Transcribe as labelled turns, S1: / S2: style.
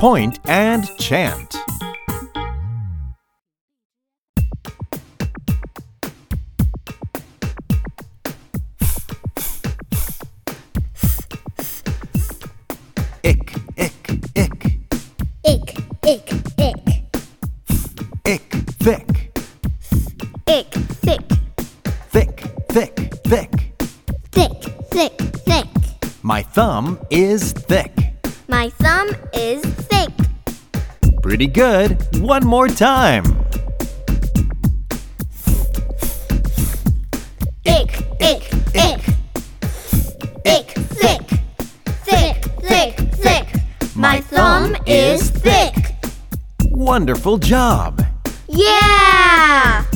S1: Point and chant. Ick, ick, ick,
S2: Ik, ik, ik.
S1: ick, thick,
S2: Ik, thick,
S1: thick, thick, thick.
S2: thick, thick, thick.
S1: My thumb is thick.
S2: My thumb is thick.
S1: Pretty good. One more time.
S2: Ik, ik, ik. Ik, thick, thick, thick, thick. My thumb is thick.
S1: Wonderful job.
S2: Yeah!